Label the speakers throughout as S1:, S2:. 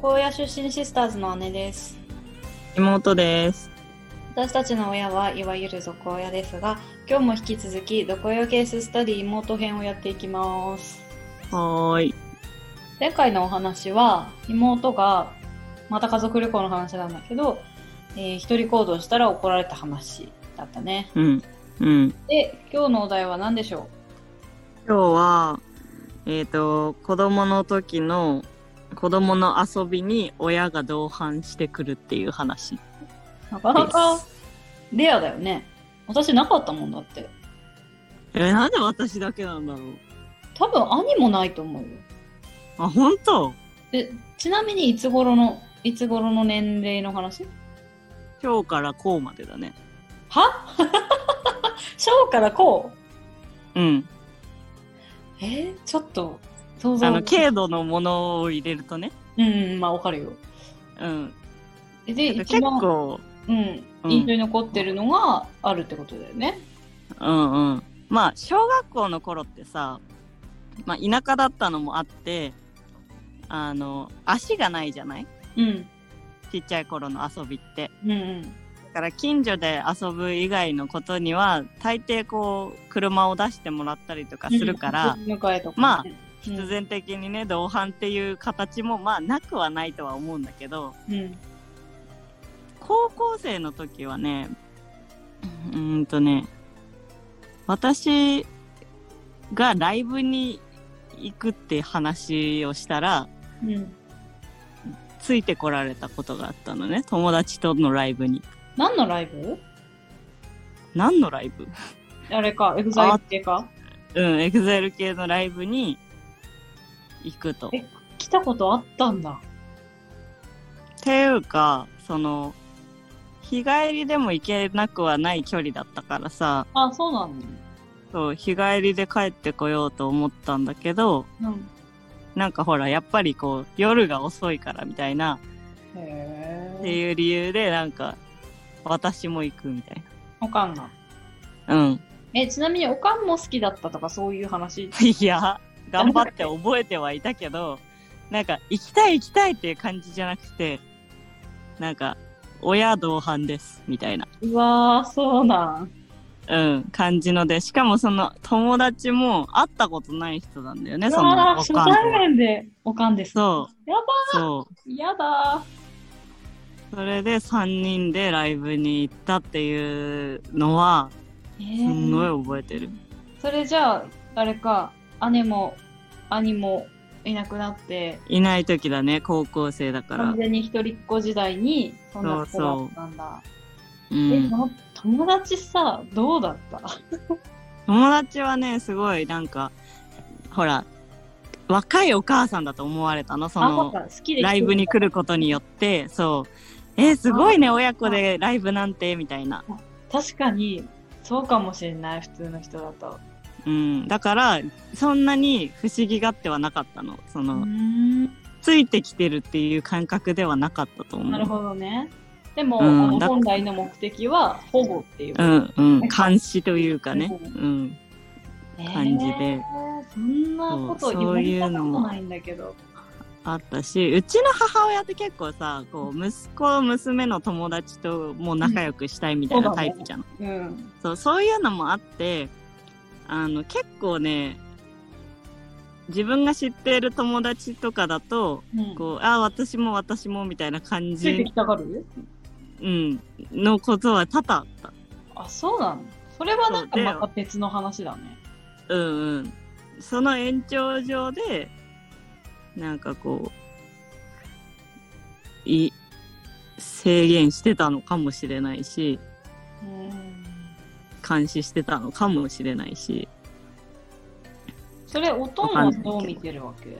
S1: 高野出身シスターズの姉です。
S2: 妹です。
S1: 私たちの親はいわゆるゾコ親ですが、今日も引き続きゾコ親ケーススタディ妹編をやっていきます。
S2: はーい。
S1: 前回のお話は、妹が、また家族旅行の話なんだけど、えー一人行動したら怒られた話だったね。
S2: うん。うん。
S1: で、今日のお題は何でしょ
S2: 今日は、えっ、と、子供の時の、子供の遊びに親が同伴してくるっていう話。
S1: うなかなかレアだよね。私なかったもんだって。
S2: えーなんで私だけなんだろう。
S1: 多分兄もないと思うよ。
S2: あ、本当
S1: えちなみにいつ頃の、いつ頃の年齢の話
S2: 今日からこうまでだね。
S1: は 小からこう
S2: うん。
S1: えーちょっと想像
S2: あの、軽度のものを入れるとね。
S1: うんうんまあわかるよ
S2: うん。
S1: えで一
S2: 結
S1: 番、
S2: 構、
S1: うん、
S2: うん
S1: 印象に残ってるのがあるってことだよね
S2: うんうん。まあ、小学校の頃ってさ、まあ、田舎だったのもあって、あの、足がないじゃない
S1: うん
S2: ちっちゃい頃の遊びって
S1: うんうん
S2: だから近所で遊ぶ以外のことには大抵こう車を出してもらったりとかするから、
S1: うん迎えとかね、
S2: まあ
S1: うん
S2: 必然的にね同伴っていう形もまあなくはないとは思うんだけど
S1: うん
S2: 高校生の時はねうーんとね私がライブに行くって話をしたら
S1: うん
S2: ついてこられたことがあったのね友達とのライブに
S1: 何のライブ
S2: 何のライブ
S1: あれか EXILE 系か
S2: うん、エグザイル系のライブに行くと。っ
S1: え来たことあったんだ
S2: ていうか、その、日帰りでも行けなくはない距離だったからさ、
S1: あそうなの、ね、
S2: そう、日帰りで帰ってこようと思ったんだけど、
S1: うん
S2: なんかほら、やっぱりこう、夜が遅いからみたいな、
S1: へ
S2: って
S1: え
S2: いう理由で、なんか、私も行くみたい
S1: おかんが
S2: な。うん。
S1: えちなみにおかんも好きだったとかそういう話
S2: いや、頑張って覚えてはいたけど、なんか、行きたい行きたいっていう感じじゃなくて、なんか、親同伴です、みたいな、
S1: うわーそうなん
S2: うん、感じので、しかもその友達も会ったことない人なんだよね、その
S1: うわー
S2: お
S1: 初
S2: かんと
S1: 対面でおかんです。
S2: そ
S1: やば
S2: う、そ
S1: ーやだ
S2: う。それで3人でライブに行ったっていうのは、
S1: ー。え
S2: すんごい覚えてる。
S1: それじゃあ、あれか、姉も兄もいなくなって、
S2: いない時だね、高校生だから
S1: 完。全に一人っ子時代にそんなことだったんだ。
S2: う
S1: え、
S2: ん
S1: そ。の友達さ、どうだった
S2: 友達はねすごいなんかほら若いお母さんだと思われたのそ
S1: あ、そっ
S2: の
S1: か、好きで来てる
S2: ライブに来ることによってそうえーすごいね親子でライブなんてみたいな、
S1: 確かに、そうかもしれない、普通の人だと。
S2: うん、だからそんなに不思議がってはなかったのそうの、
S1: ーん。
S2: ついてきてるっていう感覚ではなかったと思う
S1: なるほどね。でも、
S2: うん
S1: あの
S2: だ
S1: 本来の目的は保護っていう。
S2: うんうん監視というかね、
S1: う
S2: うん、
S1: えー
S2: 感じで
S1: そんなこと
S2: そう
S1: 言われた
S2: そういう
S1: こ
S2: の
S1: と
S2: も
S1: ないんだけど。
S2: あったしうちの母親って結構さこう息子娘の友達ともう仲良くしたいみたいなタイプじゃん
S1: うん。
S2: そうそういうのもあってあの結構ね自分が知っている友達とかだと
S1: うん
S2: こうあ私も私もみたいな感
S1: ついて
S2: じ
S1: き、たがる
S2: うん、のことは多々あった。
S1: あ、そうなのそれはなんか
S2: そうで
S1: また別の話だね。
S2: うんうん、その延長上でなんかこうい制限してたのかもしれないし
S1: うん。
S2: 監視してたのかもしれないし
S1: それ、おとんはどう見てるわけ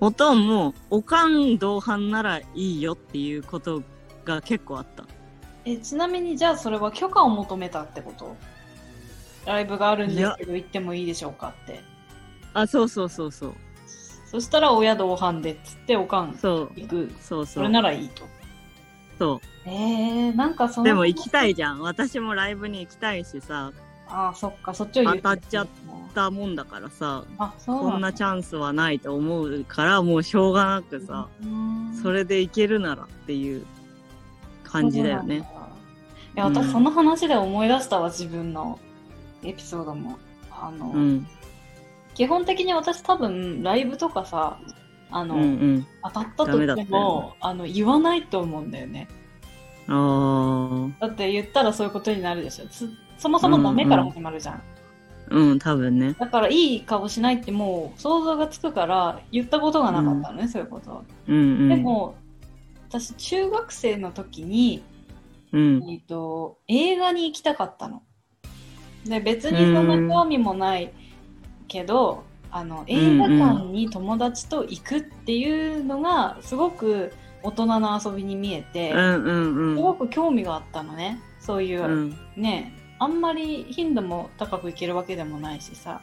S2: おとんも、おかん同伴ならいいよっていうことが結構あった。
S1: え、ちなみにじゃあそれは許可を求めたってことライブがあるんですけど行ってもいいでしょうかって。
S2: あ、そうそうそうそう。
S1: そしたら親同伴でっつっておかん
S2: そう。
S1: 行く。
S2: そうそ
S1: それ
S2: う。
S1: ならいいと。
S2: そ。
S1: えー、なんかそうの。
S2: でも行きたいじゃん。私もライブに行きたいしさ、
S1: あー、そっか、そっちを言。
S2: 当たっちゃっただもんだからさ、
S1: あ、そう
S2: こん
S1: なん
S2: な
S1: だ
S2: チャンスはないと思うから、もうしょうがなくさ、
S1: うん
S2: それでいけるならっていう感じだよね。
S1: いや、私、その話で思い出したわ、自分のエピソードも。あの、
S2: うん。
S1: 基本的に私多分、ライブとかさ、あ
S2: う
S1: の、
S2: んうん。
S1: 当たったとし
S2: ダ
S1: て
S2: メだったよ
S1: も、あの、言わないと思うんだよね。
S2: あ
S1: だって言ったらそういうことになるでしょ。つそもそもダメから始まるじゃん。
S2: あ。うん、多分ね。
S1: だから、いい顔しないってもう想像がつくから、言ったことがなかったのね、そういうことは。
S2: うんうん。
S1: で、も、私、中学生の時に、
S2: うん。
S1: えっと映画に行きたかったの。で別にそんな興味もないけど、あの映画館に友達と行くっていうのがすごく大人の遊びに見えて、
S2: うんうんうん。
S1: すごく興味があったのねそういう、
S2: うん
S1: ねあんまり頻度も高く行けるわけでもないしさ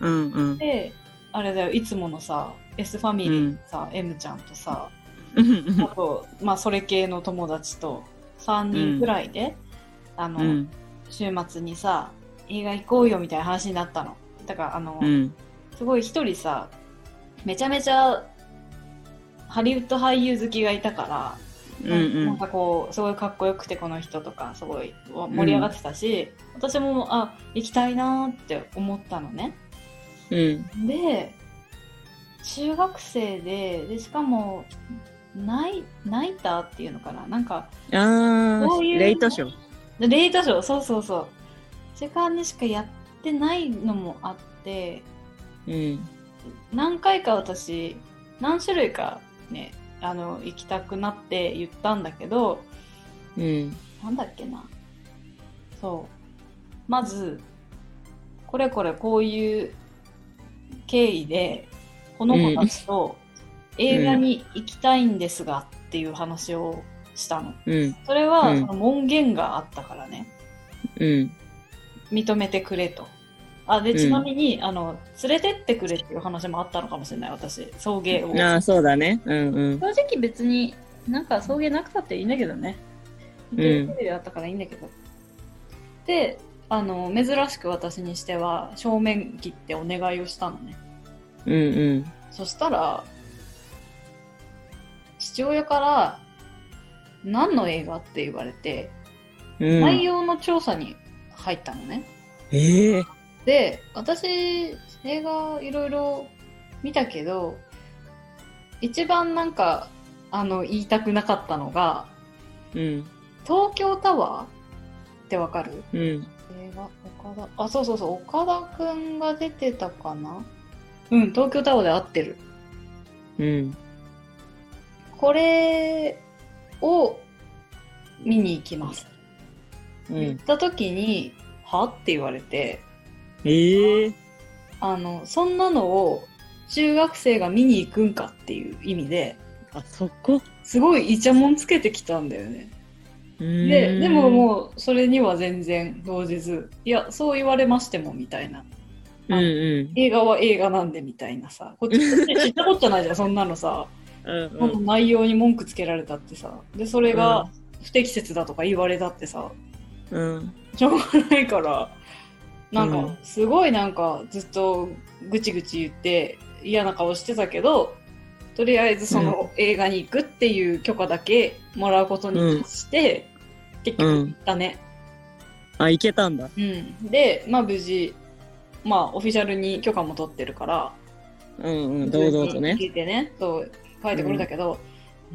S2: うんうん。
S1: であれだよいつものさ S ファミリーのさ、M ちゃんとさあと、まあ、それ系の友達と3人くらいで、あの
S2: うん
S1: 週末にさ映画行こうよみたいな話になったのだからあの、
S2: うん。
S1: すごい一人さめちゃめちゃハリウッド俳優好きがいたから、
S2: うんうん
S1: なんかこうすごいかっこよくてこの人とかすごい盛り上がってたし、私もあ行きたいなーって思ったのね
S2: うん。
S1: で中学生ででしかもない泣いたっていうのかななんかこ
S2: ああ、
S1: ういう
S2: レイトショー。
S1: レイトショーそうそうそう時間にしかやってないのもあって
S2: うん。
S1: 何回か私何種類かねあの行きたくなって言ったんだけど
S2: うん。
S1: なんだっけなそうまずこれこれこういう経緯でこの子たちと映画に行きたいんですがっていう話をしたの
S2: うん。
S1: それは
S2: うん
S1: その門限があったからね、
S2: うん。
S1: 認めてくれと。あで
S2: うん
S1: ちなみに、あの連れてってくれっていう話もあったのかもしれない私送迎を
S2: ああ、そうだね。うんうん。
S1: 正直別になんか送迎なくたっていいんだけどね行
S2: ん
S1: ける距離だったからいいんだけど、であの珍しく私にしては正面切ってお願いをしたのね
S2: うんうん。
S1: そしたら父親から「何の映画?」って言われて、
S2: うん、
S1: 内容の調査に入ったのね、
S2: ええ
S1: で私映画いろいろ見たけど一番なんかあの言いたくなかったのが「東京タワー」ってわかる
S2: うんうん
S1: 映画岡田あそうそうそう岡田くんが出てたかなうん東京タワーで合ってる
S2: うん
S1: これを見に行きます、
S2: う
S1: 行っ
S2: ん
S1: た時に「は?」って言われて
S2: ええ
S1: あのそんなのを中学生が見に行くんかっていう意味で
S2: あそこ
S1: すごいイチャモンつけてきたんだよね。で、でももうそれには全然動じず、いや、そう言われましてもみたいな。
S2: うんうん
S1: 映画は映画なんでみたいなさ。こっちこっち知ったことじゃないじゃん、そんなのさ。
S2: うん
S1: この内容に文句つけられたってさ。で、それ
S2: う
S1: が不適切だとか言われたってさ、
S2: うん
S1: しょうがないから、なん
S2: う
S1: か
S2: ん、
S1: すごいなんかずっとぐちぐち言って嫌な顔してたけど、とりあえずその映画に行くっていう許可だけもらうことにして、結局行ったね。
S2: あ行けたんだ
S1: うん、で、まあ、無事、まあ、オフィシャルに許可も取ってるから、
S2: うんうん堂々とね
S1: 聞いてね、そう書いてくれたけど、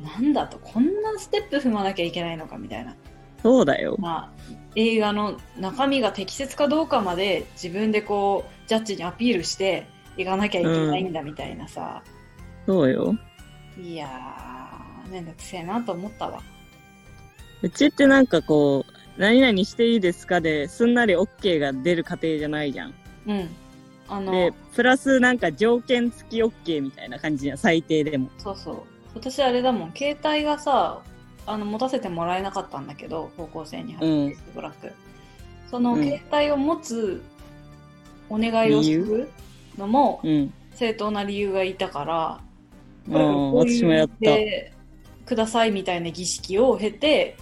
S1: なんだと、こんなステップ踏まなきゃいけないのかみたいな、
S2: そうだよ
S1: まあ、映画の中身が適切かどうかまで自分でこうジャッジにアピールしていかなきゃいけないんだみたいなさ、
S2: そうよ
S1: いやー、めんどくせえなと思ったわ。
S2: うちってなんかこう何々していいですかですんなり OK が出る過程じゃないじゃん
S1: うんあの
S2: でプラスなんか条件付き OK みたいな感じじゃん最低でも
S1: そうそう私あれだもん携帯がさあの持たせてもらえなかったんだけど高校生に入ってしばらく、その
S2: うん
S1: 携帯を持つお願いをするのも
S2: うん
S1: 正当な理由がいたから、
S2: う
S1: これ
S2: ん
S1: をこうい
S2: 私もや
S1: う
S2: っ
S1: 理由でくださいみたいな儀式を経て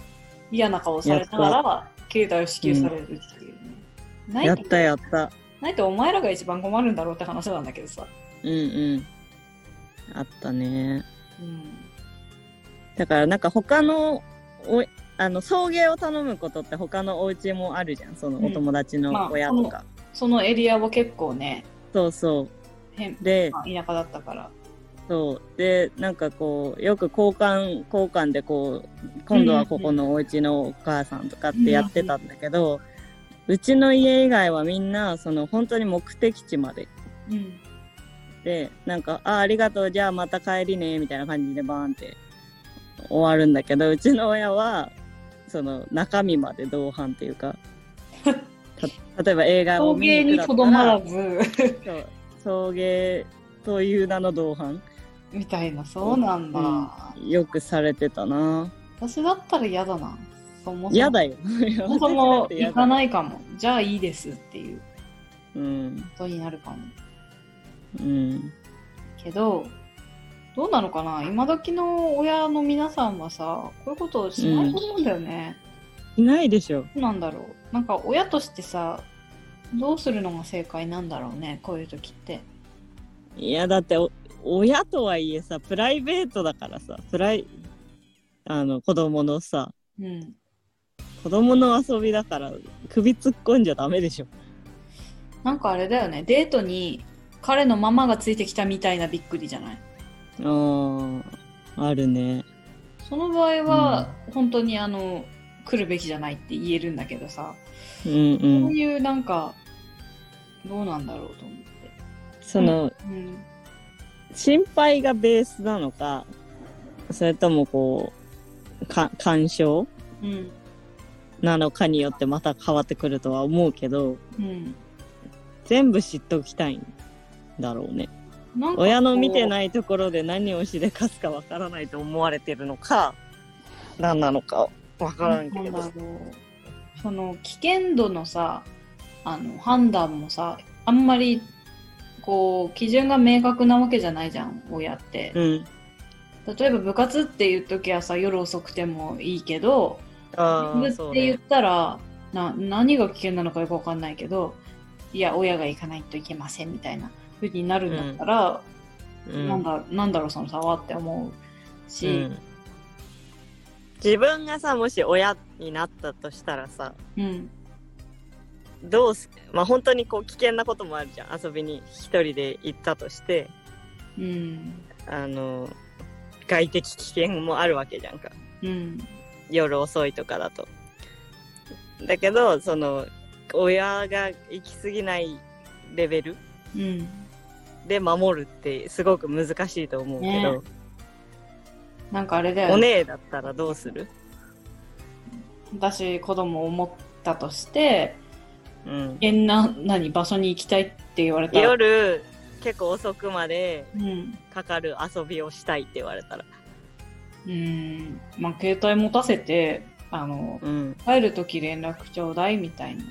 S1: 嫌な顔されながら携帯を支給されるっていうね、な
S2: た
S1: い
S2: や
S1: と
S2: ったやった
S1: ないとお前らが一番困るんだろうって話なんだけどさ、
S2: うんうんあったね
S1: うん、
S2: だからなんか他のおあの送迎を頼むことって他のお家もあるじゃんその
S1: うん
S2: お友達
S1: まあ
S2: の親とか、
S1: そのエリアは結構ね
S2: そうそ
S1: 変
S2: うで
S1: まあ田舎だったから
S2: そうでなんかこうよく交換交換でこう今度はここのお家のお母さんとかってやってたんだけど、うちの家以外はみんなその本当に目的地まで
S1: うん
S2: でなんか「あありがとうじゃあまた帰りね」みたいな感じでバーンって終わるんだけどうちの親はその中身まで同伴ってい うかた例えば映画
S1: 陶
S2: を見に
S1: 芸に
S2: 行くだ
S1: と
S2: っ
S1: ど
S2: た
S1: まら
S2: ら
S1: ず
S2: そう送迎という名の同伴
S1: みたいなそうなんだ、
S2: よくされてたな
S1: 私だったら嫌だなそもそも
S2: 嫌だよ
S1: そもそも
S2: 嫌
S1: 行
S2: だ
S1: かないかもじゃあいいですっていう
S2: うん
S1: ことになるかも
S2: うん
S1: けどどうなのかな今時の親の皆さんはさこういうことをしないと思うんだよね、
S2: いないでしょ
S1: どうなんだろうなんか親としてさどうするのが正解なんだろうねこういう時って
S2: いやだってお親とはいえさプライベートだからさプライあの子供のさ
S1: うん
S2: 子供の遊びだから首突っ込んじゃダメでしょ
S1: なんかあれだよねデートに彼のママがついてきたみたいなびっくりじゃない
S2: あああるね
S1: その場合は、本当にあの来るべきじゃないって言えるんだけどさ、
S2: うんう
S1: こうんいうなんかどうなんだろうと思って、
S2: その
S1: うん、
S2: 心配がベースなのかそれともこうか干渉
S1: うん
S2: なのかによってまた変わってくるとは思うけど
S1: うん
S2: 全部知っときたいんだろうね
S1: なんか
S2: 親の見て
S1: い
S2: ないところで何をしでかすかわからないと思われてるのか何なのかわからんけ
S1: なんだろ
S2: ど
S1: うその危険度のさあの判断もさあんまりこう基準が明確なわけじゃないじゃん親って、
S2: うん
S1: 例えば部活っていう時はさ夜遅くてもいいけど
S2: ああ
S1: 別
S2: そ
S1: っ
S2: う
S1: て言っ
S2: ね
S1: たら、な何が危険なのかよくわかんないけどいや親が行かないといけませんみたいな風になるんだったら、
S2: うん
S1: なんだなんだろうその差はって思うし、
S2: うん自分がさもし親になったとしたらさ
S1: うん
S2: どうすまあ本当にこう危険なこともあるじゃん遊びに一人で行ったとして
S1: うん
S2: あの外的危険もあるわけじゃんか
S1: うん
S2: 夜遅いとかだと。だけどその親が行き過ぎないレベル
S1: うん
S2: で守るってすごく難しいと思うけど、
S1: なんかあれだ
S2: お
S1: よね
S2: 姉だったらどうする、
S1: 私子供を持ったとして
S2: うん、
S1: 危険な何場所に行きたいって言われたら、
S2: 夜結構遅くまで
S1: うん
S2: かかる遊びをしたいって言われたら、
S1: うんまあ、携帯持たせてあの
S2: うん、
S1: 帰る時連絡ちょうだいみたいな。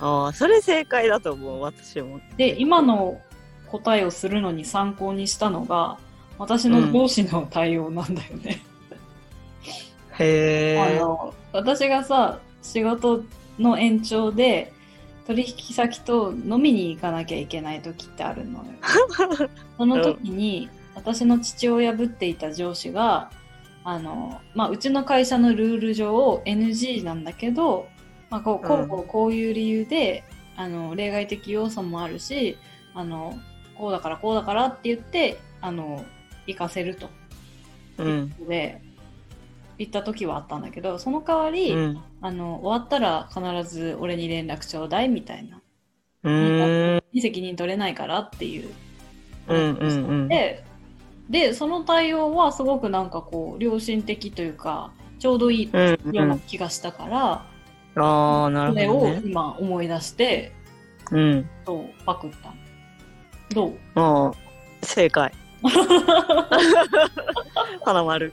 S2: ああそれ正解だと思う私も
S1: で今の答えをするのに参考にしたのが私の上司の対応なんだよね、
S2: へ
S1: あの私がさ仕事の延長で取引先と飲みに行かなきゃいけない時ってあるのよその時に私の父親ぶっていた上司があの、まあ、うちの会社のルール上 NG なんだけど、まあ、こうこうこうこういう理由で、あの例外的要素もあるしあのこうだからこうだからって言ってあの行かせると。
S2: うん
S1: で行った時はあったんだけどその代わり、
S2: うん
S1: あの終わったら必ず俺に連絡ちょうだいみたいな
S2: うーん
S1: に責任取れないからっていう
S2: うんうんうん
S1: ででその対応はすごくなんかこう良心的というかちょうどいいよ
S2: うんう
S1: うなん気がしたから、
S2: ああな
S1: それ
S2: るほ
S1: を
S2: どね
S1: 今思い出して
S2: うん
S1: そうパクったの どう
S2: ああ正解花丸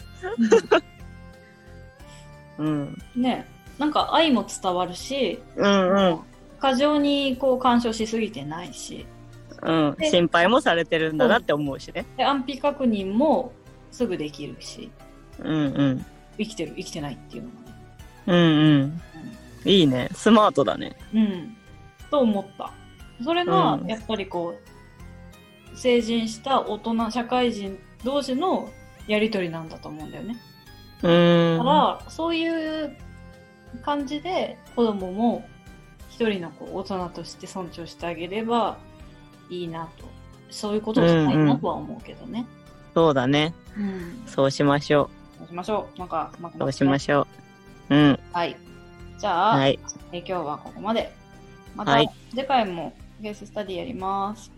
S2: うん
S1: ねなんか愛も伝わるし
S2: うんうん
S1: 過剰にこう干渉しすぎてないし
S2: うん、
S1: で
S2: 心配もされてるんだなって思うしね。
S1: で安否確認もすぐできるし
S2: うんうん。
S1: 生きてる生きてないっていうのがね
S2: うんうん。いいね。スマートだね。
S1: うん、と思ったそれが
S2: うん
S1: やっぱりこう、成人した大人社会人同士のやり取りなんだと思うんだよね
S2: うん
S1: だからそういう感じで子供も一人のこう大人として尊重してあげればいいなとそういうことをしたいなとは思うけどね。
S2: そうだね。
S1: うん
S2: そうしましょ
S1: そうしましょう。なんかうまく
S2: う。そうしま
S1: し
S2: しょう。うん。
S1: はい。じゃあ、
S2: はい。
S1: えー今日はここまで。また、
S2: はい
S1: 次回もケーススタディやります。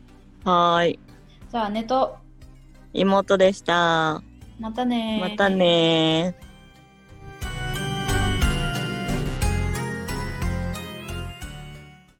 S2: はーい。
S1: じゃあ、姉と、
S2: 妹でした。
S1: またねー
S2: またねー。